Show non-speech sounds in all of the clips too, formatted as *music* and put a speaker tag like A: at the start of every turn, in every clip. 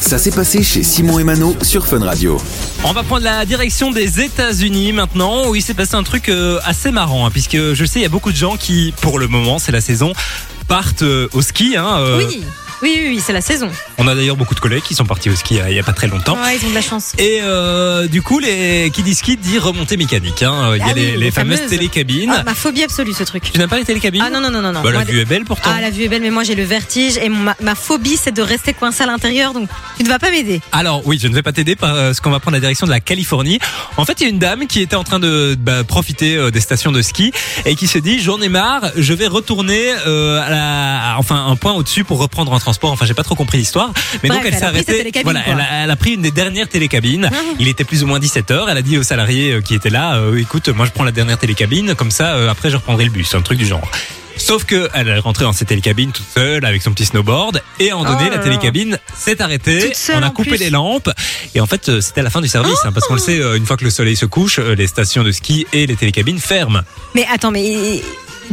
A: Ça s'est passé chez Simon et Mano sur Fun Radio.
B: On va prendre la direction des États-Unis maintenant, où il s'est passé un truc euh, assez marrant, hein, puisque je sais, il y a beaucoup de gens qui, pour le moment, c'est la saison, partent euh, au ski. hein, euh,
C: Oui, oui, oui, oui, c'est la saison.
B: On a d'ailleurs beaucoup de collègues qui sont partis au ski euh, il n'y a pas très longtemps.
C: Ouais, ils ont de la chance.
B: Et euh, du coup, les qui dit ski dit remontée mécanique. hein. Il y a
C: Ah oui,
B: les, les
C: les
B: fameuses,
C: fameuses.
B: télécabines.
C: Ah, ma phobie absolue, ce truc.
B: Tu n'as pas les télécabines
C: Ah non, non, non, non. non.
B: Bah, La
C: Moi,
B: vue est belle pourtant.
C: Ah, la vue est belle, mais moi j'ai le vertige et ma, ma phobie c'est de rester coincé à l'intérieur, donc tu ne vas pas m'aider.
B: Alors oui, je ne vais pas t'aider parce qu'on va prendre la direction de la Californie. En fait, il y a une dame qui était en train de bah, profiter euh, des stations de ski et qui se dit j'en ai marre, je vais retourner euh, à la, à- enfin un point au-dessus pour reprendre un transport. Enfin, j'ai pas trop compris l'histoire, mais
C: Bref,
B: donc elle,
C: elle
B: s'est
C: a pris sa
B: arrêtée.
C: télécabine,
B: Voilà,
C: quoi. Ah.
B: elle a, elle a pris une des dernières télécabines. Il était plus ou moins 17 h Elle a dit au salarié euh, qui était là euh, écoute, moi je prends la dernière télécabine, comme ça euh, après je reprendrai le bus, un truc du genre. Sauf que elle est rentrée dans cette télécabine toute seule avec son petit snowboard et à un moment donné
C: Oh
B: la
C: là là.
B: télécabine s'est arrêtée.
C: Toute seule
B: on a
C: en
B: coupé
C: plus.
B: les lampes et en fait euh, c'était la fin du service hein, parce qu'on le sait euh, une fois que le soleil se couche euh, les stations de ski et les télécabines ferment.
C: Mais attends, mais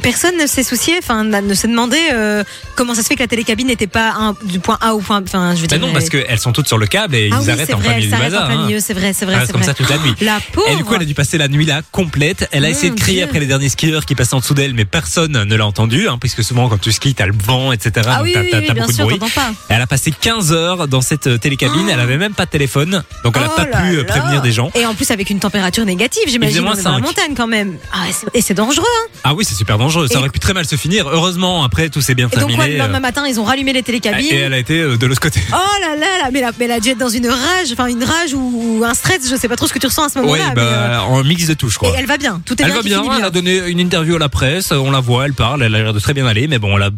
C: personne ne s'est soucié, enfin n'a- ne s'est demandé euh, comment ça se fait que la télécabine n'était pas un- du point A au point. Enfin, je veux
B: Bah
C: dire.
B: non parce
C: euh,
B: qu'elles sont toutes sur le câble et
C: ah
B: ils
C: oui,
B: arrêtent
C: c'est
B: en
C: vrai,
B: plein milieu
C: ils
B: du
C: arrêtent en
B: bazar.
C: plein
B: hein.
C: milieu, c'est vrai, c'est
B: Elles
C: vrai,
B: restent
C: c'est
B: comme
C: vrai.
B: ça toute la nuit.
C: La pauvre.
B: Et du coup, elle a dû passer la nuit là complète. Elle a essayé de
C: Mon
B: crier
C: Dieu.
B: après les derniers skieurs qui passaient en dessous d'elle, mais personne ne l'a entendu, hein, puisque souvent quand tu skis, t'as le vent, etc.
C: Ah
B: donc
C: oui,
B: t'as
C: oui,
B: t'as-
C: oui,
B: t'as
C: bien
B: beaucoup de
C: sûr,
B: bruit.
C: t'entends pas.
B: Elle a passé 15 heures dans cette euh, télécabine. Elle avait même pas de téléphone, donc elle a
C: Oh
B: pas
C: là
B: pu euh,
C: là.
B: prévenir des gens.
C: Et en plus avec une température négative,
B: Il faisait
C: j'imagine,
B: moins
C: on est dans la
B: cinq.
C: montagne quand même. Ah, et c'est- et c'est dangereux. Hein.
B: Ah oui, c'est super dangereux. Ça
C: Et-
B: aurait pu très mal se finir. Heureusement, après, tout s'est bien
C: Et donc,
B: terminé.
C: quoi, le lendemain matin, ils ont rallumé les
B: euh,
C: télécabines.
B: et elle a été euh, de l'autre côté.
C: Oh là là là, mais la, mais la dû être dans une rage, enfin une rage ou, ou un stress, je sais pas trop ce que tu ressens à ce
B: Oui,
C: moment-là. mais, euh,
B: bah, en mix de touches, quoi.
C: et elle va bien, tout est
B: Elle
C: bien.
B: va
C: qui
B: bien,
C: finit
B: elle a donné une interview à la presse, on la voit, elle parle, elle a l'air de très bien aller, mais bon, elle a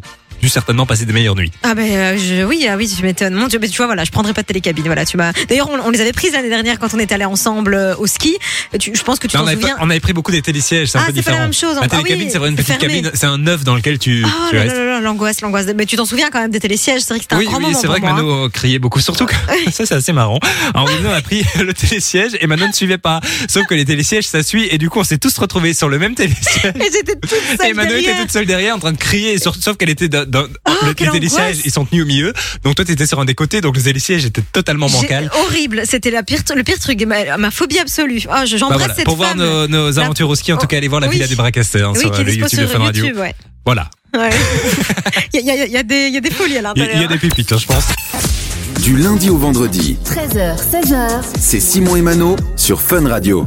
B: dû certainement passer des meilleures nuits.
C: Ah ben euh, je, oui, ah oui, tu m'étonnes. Mon Dieu, mais tu vois, voilà, je prendrais pas de télécabine. Voilà, tu m'as. D'ailleurs, on, on les avait prises l'année dernière quand on était allés ensemble euh, au ski. Tu- je pense que tu
B: Là,
C: t'en
B: on, avait pas-
C: souviens.
B: on avait pris beaucoup des télésièges, c'est un
C: Ah,
B: peu
C: c'est pas
B: différent.
C: la même chose,
B: La
C: hein. Ah
B: télécabine,
C: oui,
B: c'est vraiment une petite
C: fermée.
B: cabine, c'est un œuf dans lequel tu,
C: Oh
B: Ah, tu
C: là
B: restes.
C: là là, l'angoisse, l'angoisse. Mais tu t'en souviens quand même des télésièges. C'est vrai que c'était
B: Oui,
C: un grand
B: oui
C: moment
B: c'est vrai que
C: pour moi, hein.
B: Manon euh, criait beaucoup, surtout que *laughs* ça c'est assez marrant. Alors on a pris *laughs* le télésiège et Manon ne suivait pas, sauf que les télésièges ça suit et du coup on s'est tous retrouvés sur le même télésiège.
C: Et j'étais toute
B: *laughs*
C: seule
B: Et Manon était
C: derrière.
B: toute seule derrière en train de crier, sur- sauf qu'elle était dans, dans- le- les
C: Ah, quelle
B: télésièges,
C: angoisse.
B: ils sont tenus au milieu. Donc toi, t'étais sur un des côtés, donc le télésiège était totalement
C: J'ai-
B: bancal.
C: Horrible, c'était la pire, le pire truc, ma, ma phobie absolue. Ah, je-
B: Bah
C: j'embrasse
B: voilà,
C: cette
B: Pour voir
C: femme.
B: nos, nos
C: La-
B: aventures au ski, en tout
C: Oh,
B: cas, allez voir la
C: oui.
B: villa des Bracassés hein,
C: oui,
B: sur
C: qui est
B: euh, le
C: dispo
B: YouTube de
C: sur
B: Fun Radio.
C: YouTube, ouais.
B: Voilà.
C: Ouais. *laughs* Il y, a- il y a- il y a des il y a des
B: Il
C: folies à
B: y a-
C: l'intérieur.
B: il y a des pépites, hein, je pense.
A: Du lundi au vendredi,
D: 13h, 16h,
A: c'est Simon et Mano sur Fun Radio.